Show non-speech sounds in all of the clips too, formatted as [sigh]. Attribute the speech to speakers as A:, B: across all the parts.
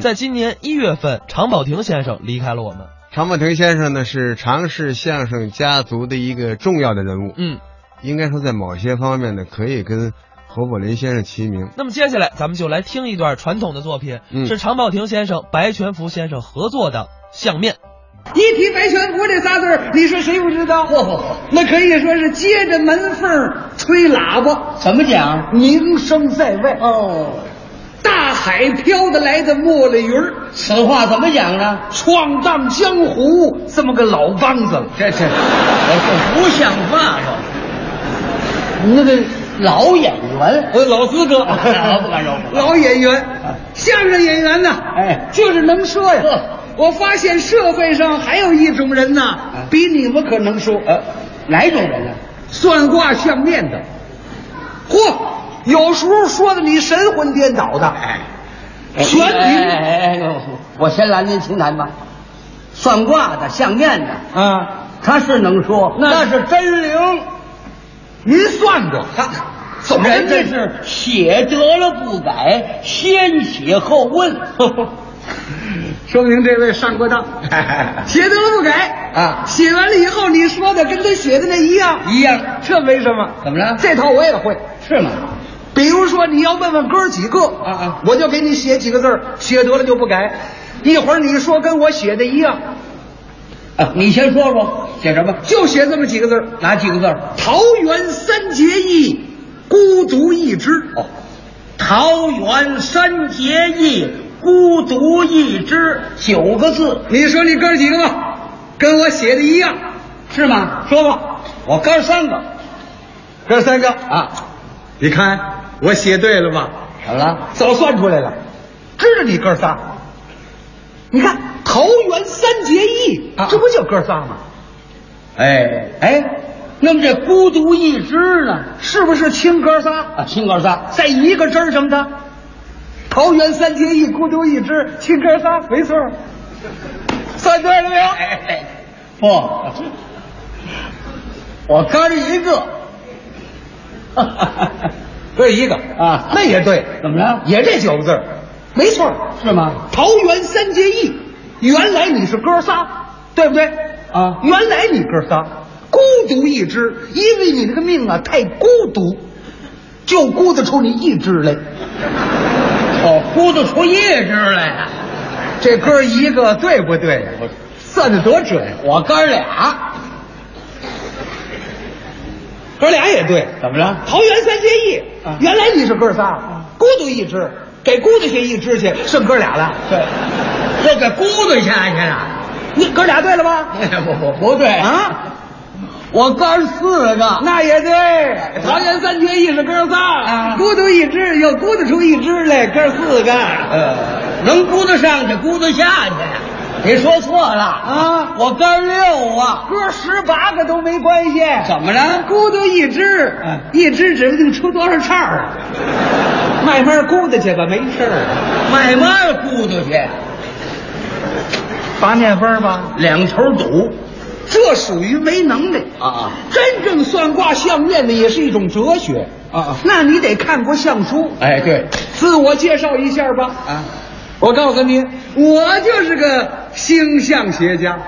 A: 在今年一月份，常宝霆先生离开了我们。
B: 常宝霆先生呢是常氏相声家族的一个重要的人物，
A: 嗯，
B: 应该说在某些方面呢可以跟侯宝林先生齐名。
A: 那么接下来咱们就来听一段传统的作品，
B: 嗯
A: 是常宝霆先生、白全福先生合作的《相面》。
C: 一提白全福这仨字儿，你说谁不知道？那可以说是接着门缝儿吹喇叭，怎么讲？名声在外哦。大海飘得来的茉莉云此话怎么讲呢？闯荡江湖，这么个老梆子了，这这，不像话吧？那个老演员，我呃老资 [laughs] 格，老不敢饶老演员，相声演员呐，哎，就是能说呀。我发现社会上还有一种人呐，比你们可能说，啊呃，哪种人呢？啊算卦相面的，嚯，有时候说的你神魂颠倒的，哎，全凭
D: 哎哎哎，我先拦您清谈吧。算卦的、相面的，
C: 啊，
D: 他是能说，
C: 那
D: 是真灵。
C: 您算过，他怎么
D: 人家
C: 跟这
D: 是写得了不改，先写后问。
C: [laughs] 说明这位上
D: [laughs]
C: 过当，写得了不改
D: 啊
C: 写完了以后你说的跟他写的那一样，
D: 一样，
C: 这没什么。
D: 怎么了
C: 这套我也会。
D: 是吗？
C: 比如说你要问问哥儿几个
D: 啊啊
C: 我就给你写几个字儿，写得了就不改。一会儿你说跟我写的一样，
D: 啊，你先说说，写什么？
C: 就写这么几个字儿：
D: 哪几个字儿？
C: 桃园三结义，孤独一只。哦，
D: 桃园三结义，孤独一只，九个字，
C: 你说你哥儿几个吧，跟我写的一样，
D: 是吗？
C: 说吧，
D: 我干三个
C: 哥三个，
D: 啊，
C: 你看我写对了吧？
D: 怎么了？
C: 早算出来了，知道你哥仨。你看桃园三结义，
D: 啊
C: 这不就哥仨吗？
D: 哎哎，那么这孤独一只呢？
C: 是不是亲哥仨？
D: 啊，亲哥仨，
C: 在一个枝儿上的。桃园三结义，孤独一只，亲哥仨，没错儿。算对了没有？
D: 不，我干一个，
C: 对一个
D: 啊
C: 那也对，
D: 怎么着？
C: 也这九个字儿，没错儿。
D: 是吗？
C: 桃园三结义，原来你是哥仨，对不对？
D: 啊
C: 原来你哥仨，孤独一只，因为你这个命啊太孤独，就孤得出你一只来。
D: 哦，估得出一只来，啊
C: 这哥一个对不对？算的多准，
D: 我干俩，
C: 哥俩也对。
D: 怎么着？
C: 桃园三结义
D: 啊，
C: 原来你是哥仨，孤独一只，给孤独去一只去，剩哥俩了。 [laughs]
D: 对，这给估得下去了。
C: 啊你哥俩对
D: [laughs]
C: 了吧？
D: 不不不对啊！
C: 啊，
D: 我干四个，
C: 那也对。桃园三结义是哥仨，
D: 啊
C: 孤独一只，又孤独出一只来，哥四个。
D: 呃，能估得上去，估得下去。你说错了
C: 啊
D: 我干六啊，
C: 哥十八个都没关系，
D: 怎么了？
C: 孤独一只
D: 嗯，
C: 一只指不定出多少叉
D: [laughs]
C: 儿啊。慢慢孤的去吧，没事儿。
D: 慢慢估得去，
C: 罚念分吧，
D: 两头堵
C: 这属于没能耐。
D: 啊啊！
C: 真正算卦相面的也是一种哲学
D: 啊啊
C: 那你得看过相书。
D: 哎，对
C: 自我介绍一下吧。
D: 啊，
C: 我告诉您，我就是个星象学家。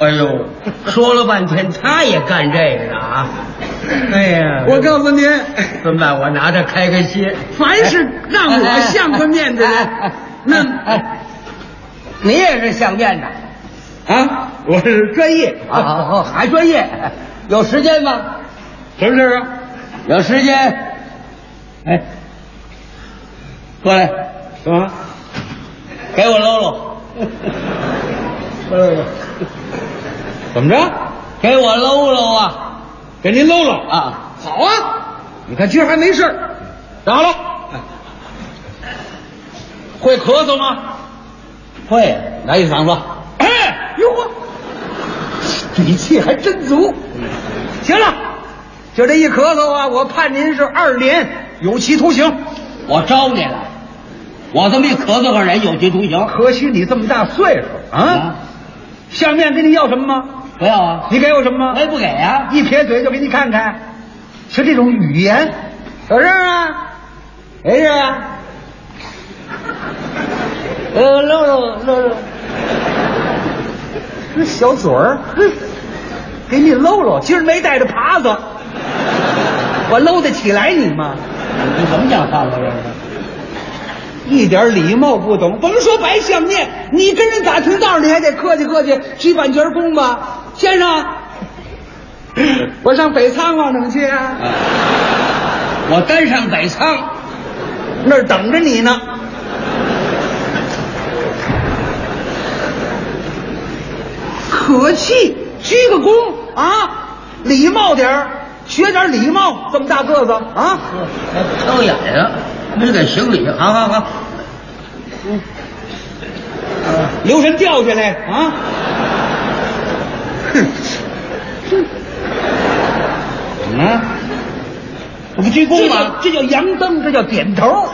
D: 哎呦，说了半天他也干这个的
C: [laughs]
D: 啊！哎呀，
C: 我告诉您，
D: [laughs] 怎么办？我拿着开开心。
C: [laughs] 凡是让我相过面的人，那
D: 哎，你也是相面的
C: 啊，我是专业
D: 啊？哦 [laughs] 还专业？有时间吗？
C: 什么事儿啊？
D: 有时间，哎，过来，
C: 怎么？
D: 给我搂搂，
C: 哎怎么着？
D: 给我搂搂啊
C: 给您搂搂？
D: 啊！
C: 好啊，你看今儿还没事儿。
D: 咋了？会咳嗽吗？会，来一嗓子。
C: 哎，哟呵，底气还真足。行了，就这一咳嗽啊，我判您是二年有期徒刑。
D: 我招你了，我这么一咳嗽个人有期徒刑
C: 可惜你这么大岁数啊，，相面跟你要什么吗？
D: 不要啊，
C: 你给我什么
D: 我也
C: 吗？
D: 不给啊。
C: 一撇嘴就给你看看，就这种语言，哎有事儿啊？没事啊？
D: 呃，乐乐乐乐，
C: 这小嘴儿，哼给你搂搂，今儿没带着耙子，我搂得起来你吗？
D: 你怎么讲话了？这是。
C: 一点礼貌不懂，甭说白相面，你跟人打听道儿你还得客气客气，鞠半截儿躬吧，先生，我上北仓广场去啊，
D: 我单上北仓，
C: 那儿等着你呢。可气，鞠个躬啊，礼貌点儿，学点礼貌，这么大个子啊，
D: 挑哎眼呀，没给行礼，啊好好好，啊
C: 留神掉下来啊！
D: 怎么了？我不鞠
C: 啊这
D: 躬
C: 叫啊
D: 吗？
C: 这叫扬灯，这叫点头。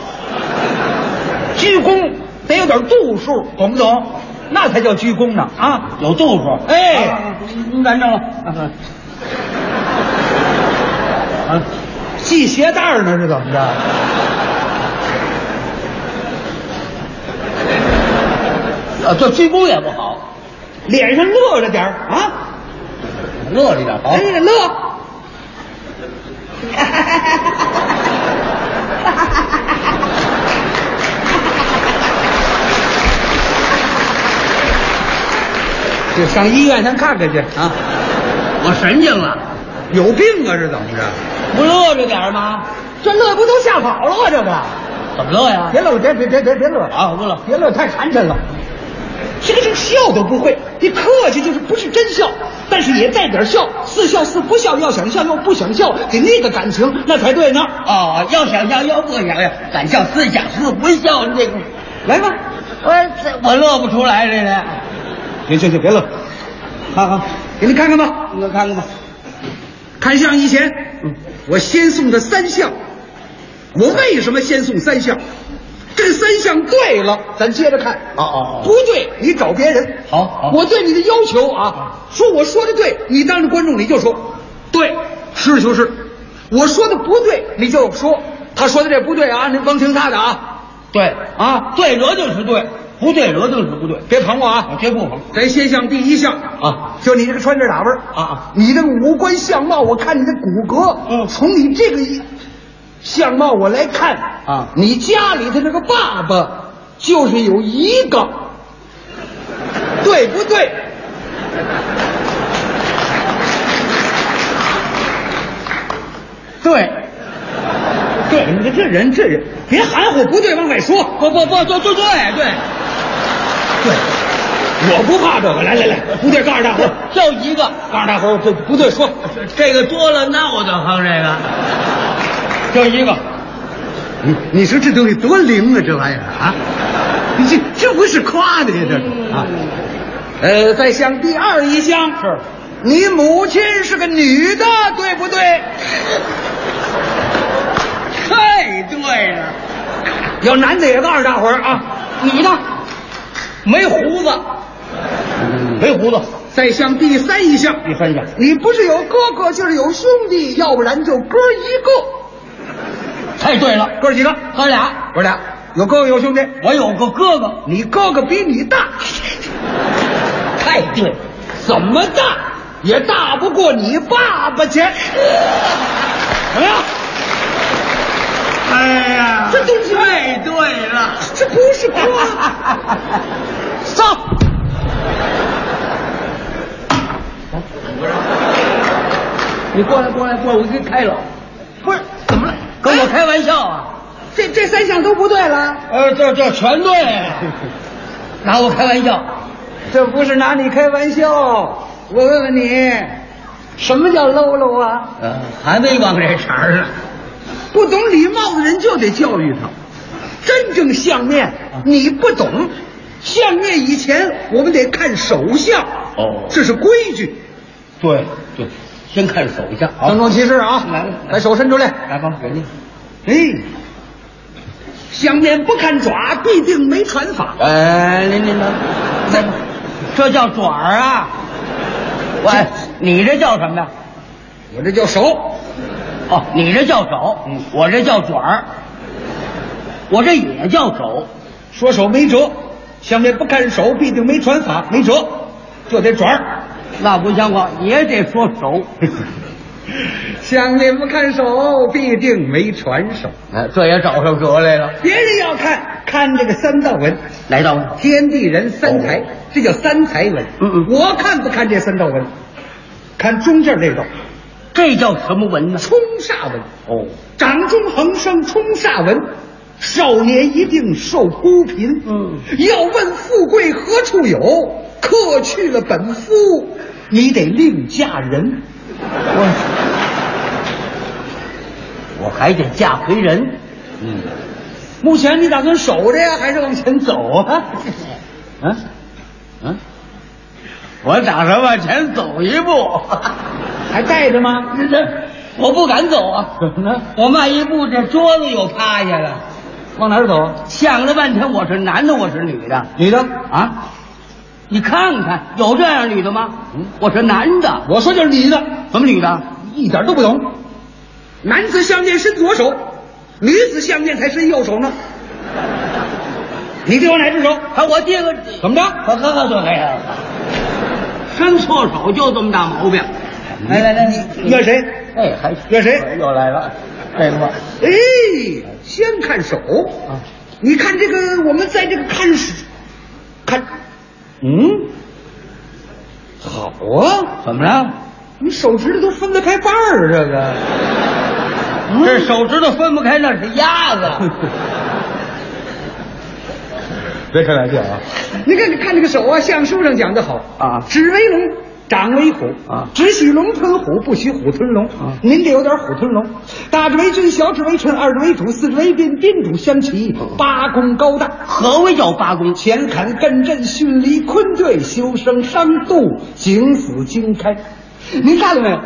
C: 鞠躬得有点度数，懂不懂？那才叫鞠躬呢啊！
D: 有度数，
C: 哎
D: 啊，您难着了，啊啊，
C: 系鞋带儿呢是怎么着？
D: 啊这鞠躬也不好，
C: 脸上乐着点儿啊！
D: 乐着点好
C: 哎，乐。就上医院先看看去啊！
D: 我神经了，
C: 有病啊是怎么着？
D: 不乐着点吗？
C: 这乐不都吓跑了吗？这个。
D: 怎么乐呀？
C: 别乐，别别别别别乐啊！
D: 啊，我不乐，
C: 别乐，太寒碜了。这个这个笑都不会，你客气就是不是真笑，但是也带点笑，似笑似不笑，要想笑又不想笑，得那个感情那才对呢。
D: 哦，要想笑要不想笑，敢笑思想是不笑这个，
C: 来吧，
D: 我这我乐不出来这个。
C: 别行行别乐，好好，给你看看吧，
D: 你给我看看吧，
C: 看相以前，嗯，我先送他三项，我为什么先送三项？这个三项对了，咱接着看。
D: 哦哦
C: 不对，你找别人。
D: 好好
C: 我对你的要求啊，说我说的对，你当着观众你就说，对，实事求是。我说的不对，你就说他说的这不对啊，您甭听他的啊
D: 对，
C: 啊，
D: 对了就是对，不对了就是不对，
C: 别捧我
D: 我
C: 啊。
D: 绝不捧。
C: 咱先像第一项
D: 啊，
C: 就你这个穿着打扮
D: 啊啊，
C: 你这个五官相貌，我看你的骨骼，
D: 嗯
C: 从你这个相貌我来看
D: 啊
C: 你家里的这个爸爸就是有一个，对不对？
D: 对，
C: 对，你这人这人，别含糊，不对往外说。
D: 不不不，对对
C: 哎
D: 对对，
C: 我不怕这个，来来来，不对，告诉大伙儿，
D: 就一个，
C: 告诉大伙儿，不不对说，
D: 这个多了闹得慌，这个就一个。
B: 你你说这东西多灵啊，这玩意儿啊，你这这不是夸的呀，这是啊。
D: 嗯
C: 呃，再像第二一项是，你母亲是个女的，对不对？
D: 太对了，
C: 有男的也告诉大伙儿啊，女的，没胡子。
E: 嗯
D: 没胡子，
C: 嗯再像第三一项，
D: 第三项
C: 你不是有哥哥就是有兄弟，要不然就哥一
D: 太对了
C: 个。，哥几个？
D: 哥俩，
C: 哥俩，有哥哥有兄弟。
D: 我有个哥哥，
C: 你哥哥比你大，
D: [laughs] 太对了，
C: 怎么大也大不过你爸爸 [laughs] 去。怎么样？
D: 哎呀
C: 这东西
D: 太对了，
C: 这不是
D: [laughs]
C: 夸。上。
D: 你过来过来过来，我给你开了，
C: 不是，怎么了？哎
D: 跟我开玩笑啊。
C: 这这三项都不对了。
D: 呃，这这全对，拿我开玩笑。
C: 这不是拿你开玩笑。我问问你，什么叫喽喽啊？
D: 呃，还没往这茬儿呢。
C: 不懂礼貌的人就得教育他。真正相面，
D: 啊
C: 你不懂。相面以前我们得看手相，
D: 哦
C: 这是规矩。
D: 对对，先看手相。
C: 郑重其事啊
D: 来吧，
C: 把手伸出来。
D: 来吧，给你。
C: 哎，相面不看爪，必定没传法。
D: 哎，您您等，这 [laughs] 这叫爪儿啊！喂，你这叫什么呀？
C: 我这叫手，
D: 哦，你这叫手，嗯，我这叫爪儿，我这也叫手。
C: 说手没辙，下面不看手，必定没传法，没辙，就得转儿。
D: 那不像话，也得说
C: [laughs]
D: 手。
C: 想面不看手，必定没传手。
D: 哎，这也找上辙来了。
C: 别人要看看这个三道文，
D: 来到了，
C: 天地人三才，这叫三才文。
D: 嗯嗯
C: 我看不看这三道文？看中间这道，
D: 这叫什么文呢？
C: 冲煞文。
D: 哦，
C: 掌中横生冲煞文，少年一定受孤贫。
D: 嗯，
C: 要问富贵何处有？克去了本夫，你得另嫁人。
D: 我我还得嫁回人。
C: 目前你打算守着呀，还是往前走啊？
D: [laughs] 嗯嗯，我打算往前走一步。
C: [laughs] 还带着吗？
D: 这我不敢走啊！怎么了？我迈一步，这桌子又趴下了。
C: 往哪儿走？
D: 想了半天，我是男的，我是女的
C: 女的，
D: 啊？你看看，有这样女的吗？我是男的，
C: 嗯我说就是你的，
D: 怎么女的？
C: 一点都不懂。男子相面伸左手，女子相面才伸右手呢。你对我哪只手？
D: 啊，我这个
C: 怎么着？
D: 我喝喝这个呀，伸错手就这么大毛病。来来来，你
C: 怨？谁？
D: 哎，还
C: 怨谁？
D: 又来了？这个吧
C: 哎，先看手。
D: 啊，
C: 你看这个，我们在这个看手，看，嗯，好啊，
D: 怎么了？
C: 你手指头都分得开瓣儿，啊这个
D: 这手指头分不开，那是鸭子。
B: 别开玩笑啊！
C: [laughs] 你看，你看这个手啊，相书上讲的好
D: 啊
C: 只为龙，长为虎
D: 啊
C: 只许龙吞虎，不许虎吞龙
D: 啊
C: 您得有点虎吞龙，大指为君，小指为唇，二指为主，四指为宾，宾主相齐，八公高大。
D: 何谓叫八公？
C: 乾坎艮震巽离坤兑修生伤度井死经开，您看到没有？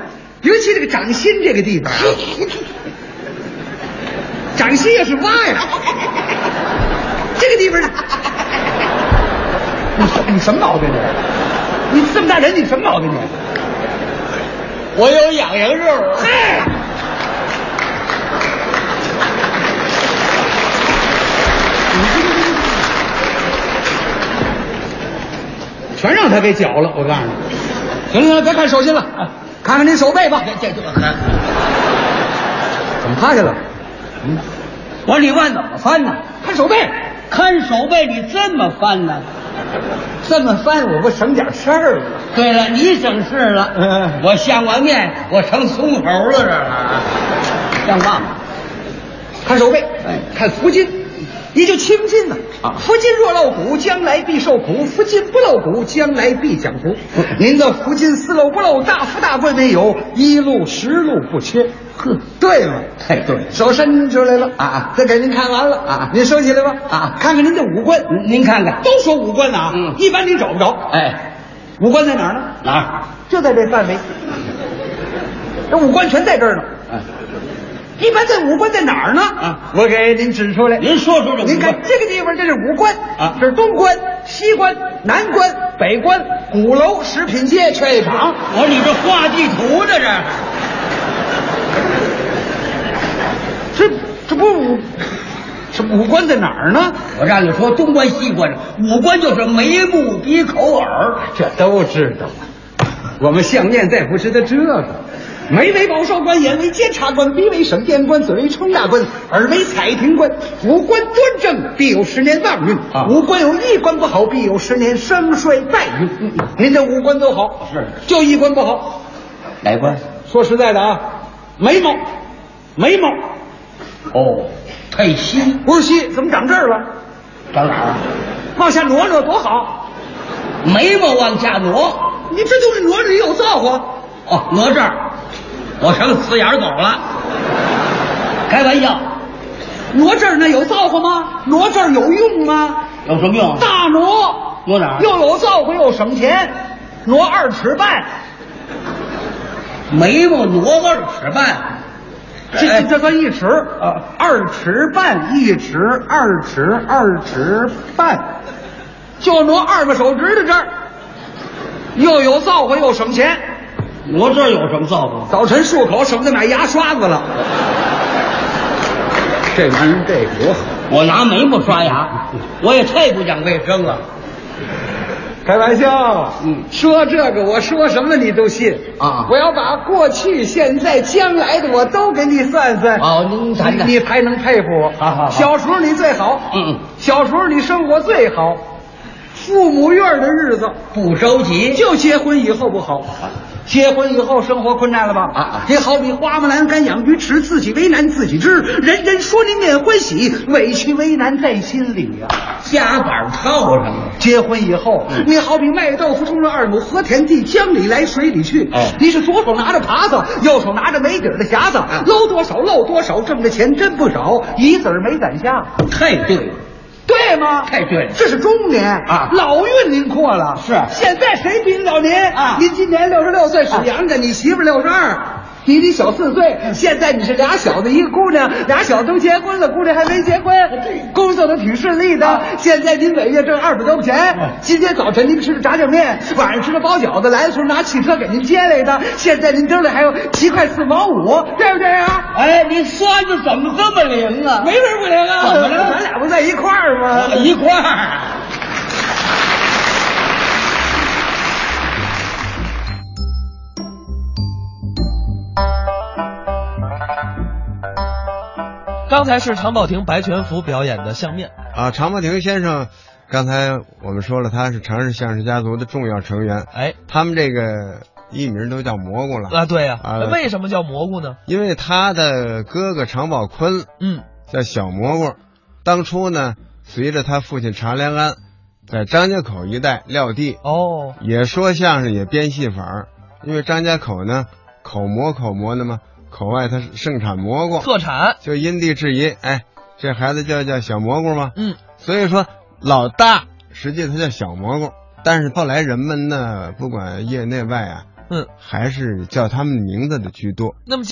C: 尤其这个掌心这个地 [laughs] 方啊，掌心也是挖呀，这个地方呢，你什你什么毛病你？你这么大人，你什么毛病你？
D: 我有痒痒肉。
C: 嘿，全让他给搅了，我告诉你。行了行了，别看手心了，啊看看您手背吧。
D: 这这这，
C: 怎么趴下了？
D: 我李万怎么翻呢？
C: 看手背，
D: 看手背，你这么翻呢？
C: 这么翻我不省点事儿吗？
D: 对了，你省事了。
C: 嗯
D: 我下完面，我成葱头了，这是啊，像话吗？
C: 看手背，
D: 哎
C: 看福筋，也就青筋呐、
D: 啊
C: 福筋若露骨，将来必受苦；福筋不露骨，将来必享福。
D: 嗯
C: 您的福筋丝露不露，大富大贵没有，一路十路不缺。呵，对吗？
D: 太对了
C: 手伸出来了啊！这给您看完了
D: 啊
C: 您收起来吧
D: 啊嗯
C: 看看您的五官，
D: 您您看看
C: 都说五官呢啊，
D: 嗯
C: 一般您找不着。
D: 哎，
C: 五官在哪儿呢？
D: 哪儿？
C: 就在这
D: [laughs]
C: 范围，这五官全在这儿呢。
D: 哎
C: 一般在五官在哪儿呢？
D: 啊，
C: 我给您指出来。
D: 您说说这
C: 您
D: 五
C: 看
D: 官
C: 这个地方，这是五官
D: 啊
C: 这是东关、西关、南关、北关、鼓楼、食品街、劝业
D: 我哦
C: 场。
D: 说你这画地图呢，这
C: 这这不五，这五官在哪儿呢？
D: 我让你说东关西关，五官就是眉目鼻口耳。
C: 这都知道。我们相面再不知道这个。眉为保少官，眼为监察官，鼻为省电官，嘴为冲大官，耳为彩庭官。五官端正，必有十年旺运；
D: 啊
C: 五官有一官不好，必有十年生衰败运。您这五官都好，
D: 是
C: 就一官不好。
D: 哪关？
C: 说实在的啊，眉毛，眉毛
D: 哦，太西
C: 不是稀，怎么长这儿了？
D: 长哪儿啊？
C: 往下挪挪多好！
D: 眉毛往下挪。
C: 你这就是挪着也有造化。
D: 哦，挪这儿，我成死眼狗了。开玩笑，
C: 挪这儿那有造化吗？挪这儿有用吗？
D: 有什么用？啊
C: 大挪
D: 挪哪儿啊
C: 又有造化又省钱，挪二尺半。
D: 眉毛挪个二尺半，
C: 这这这算一尺
D: 啊
C: 二尺半，一尺，二尺，二尺半，就挪二个手指头这儿，又有造化又省钱。
D: 挪这儿有什么造化？
C: 早晨漱口省得买牙刷子了。
B: 这玩意儿这多好，
D: 我拿眉毛刷牙，我也太不讲卫生了
B: 开玩笑，
C: 嗯，说这个我说什么你都信
D: 啊
C: 我要把过去、现在、将来的我都给你算算，
D: 哦，您谈谈，
C: 你才能佩服我。
D: 好好好
C: 小时候你最好，
D: 嗯嗯，
C: 小时候你生活最好，父母院的日子
D: 不着急，
C: 就结婚以后不好。结婚以后生活困难了吧？
D: 啊啊
C: 也好比花木兰敢养鱼池，自己为难自己知，人人说你免欢喜，委屈为难在心里呀、
D: 夹板套上了。
C: 结婚以后，你好比卖豆腐中了二母，和田地江里来水里去。
D: 哎
C: 你是左手拿着耙子，右手拿着没底儿的匣子，搂多少漏多少，挣的钱真不少，一子儿没攒下，
D: 太对了，
C: 对吗？
D: 太对了
C: 这是中年
D: 啊
C: 老运您过了。
D: 是
C: 现在谁比得了您
D: 啊
C: 您今年六十六岁，属羊的，你媳妇六十二。比你小四岁，
D: 嗯
C: 现在你是俩小子一个姑娘，俩小子都结婚了，姑娘还没结婚，
D: 啊
C: 工作都挺顺利的。现在您每月挣二百多块
D: 啊
C: 钱，今天早晨您吃的炸酱面，晚上吃的包饺子，来的时候拿汽车给您接来的。现在您兜里还有七块四毛五，对不对啊？
D: 哎，你算的怎么这么灵啊？
C: 没门不灵啊！
D: 怎么了啊
C: 咱俩不在一块儿吗？
A: [laughs]
D: 一块儿。
A: 刚才是常宝霆、白全福表演的相面。
E: 啊，常宝霆先生，刚才我们说了，他是常氏相声家族的重要成员。
A: 哎，
E: 他们这个艺名都叫蘑菇了，
A: 啊，对呀、
E: 啊
A: 为什么叫蘑菇呢？
E: 因为他的哥哥常宝坤
A: 嗯，
E: 叫小蘑菇。当初呢，随着他父亲常良安在张家口一带撂地，
A: 哦，
E: 也说相声，也编戏法儿。因为张家口呢，口蘑口蘑的嘛，口外它盛产蘑菇，
A: 特产。
E: 就因地制宜。哎，这孩子叫叫小蘑菇吗？
A: 嗯，
E: 所以说老大实际他叫小蘑菇，但是后来人们呢，不管业内外啊，
A: 嗯，
E: 还是叫他们名字的居多。
A: 那么。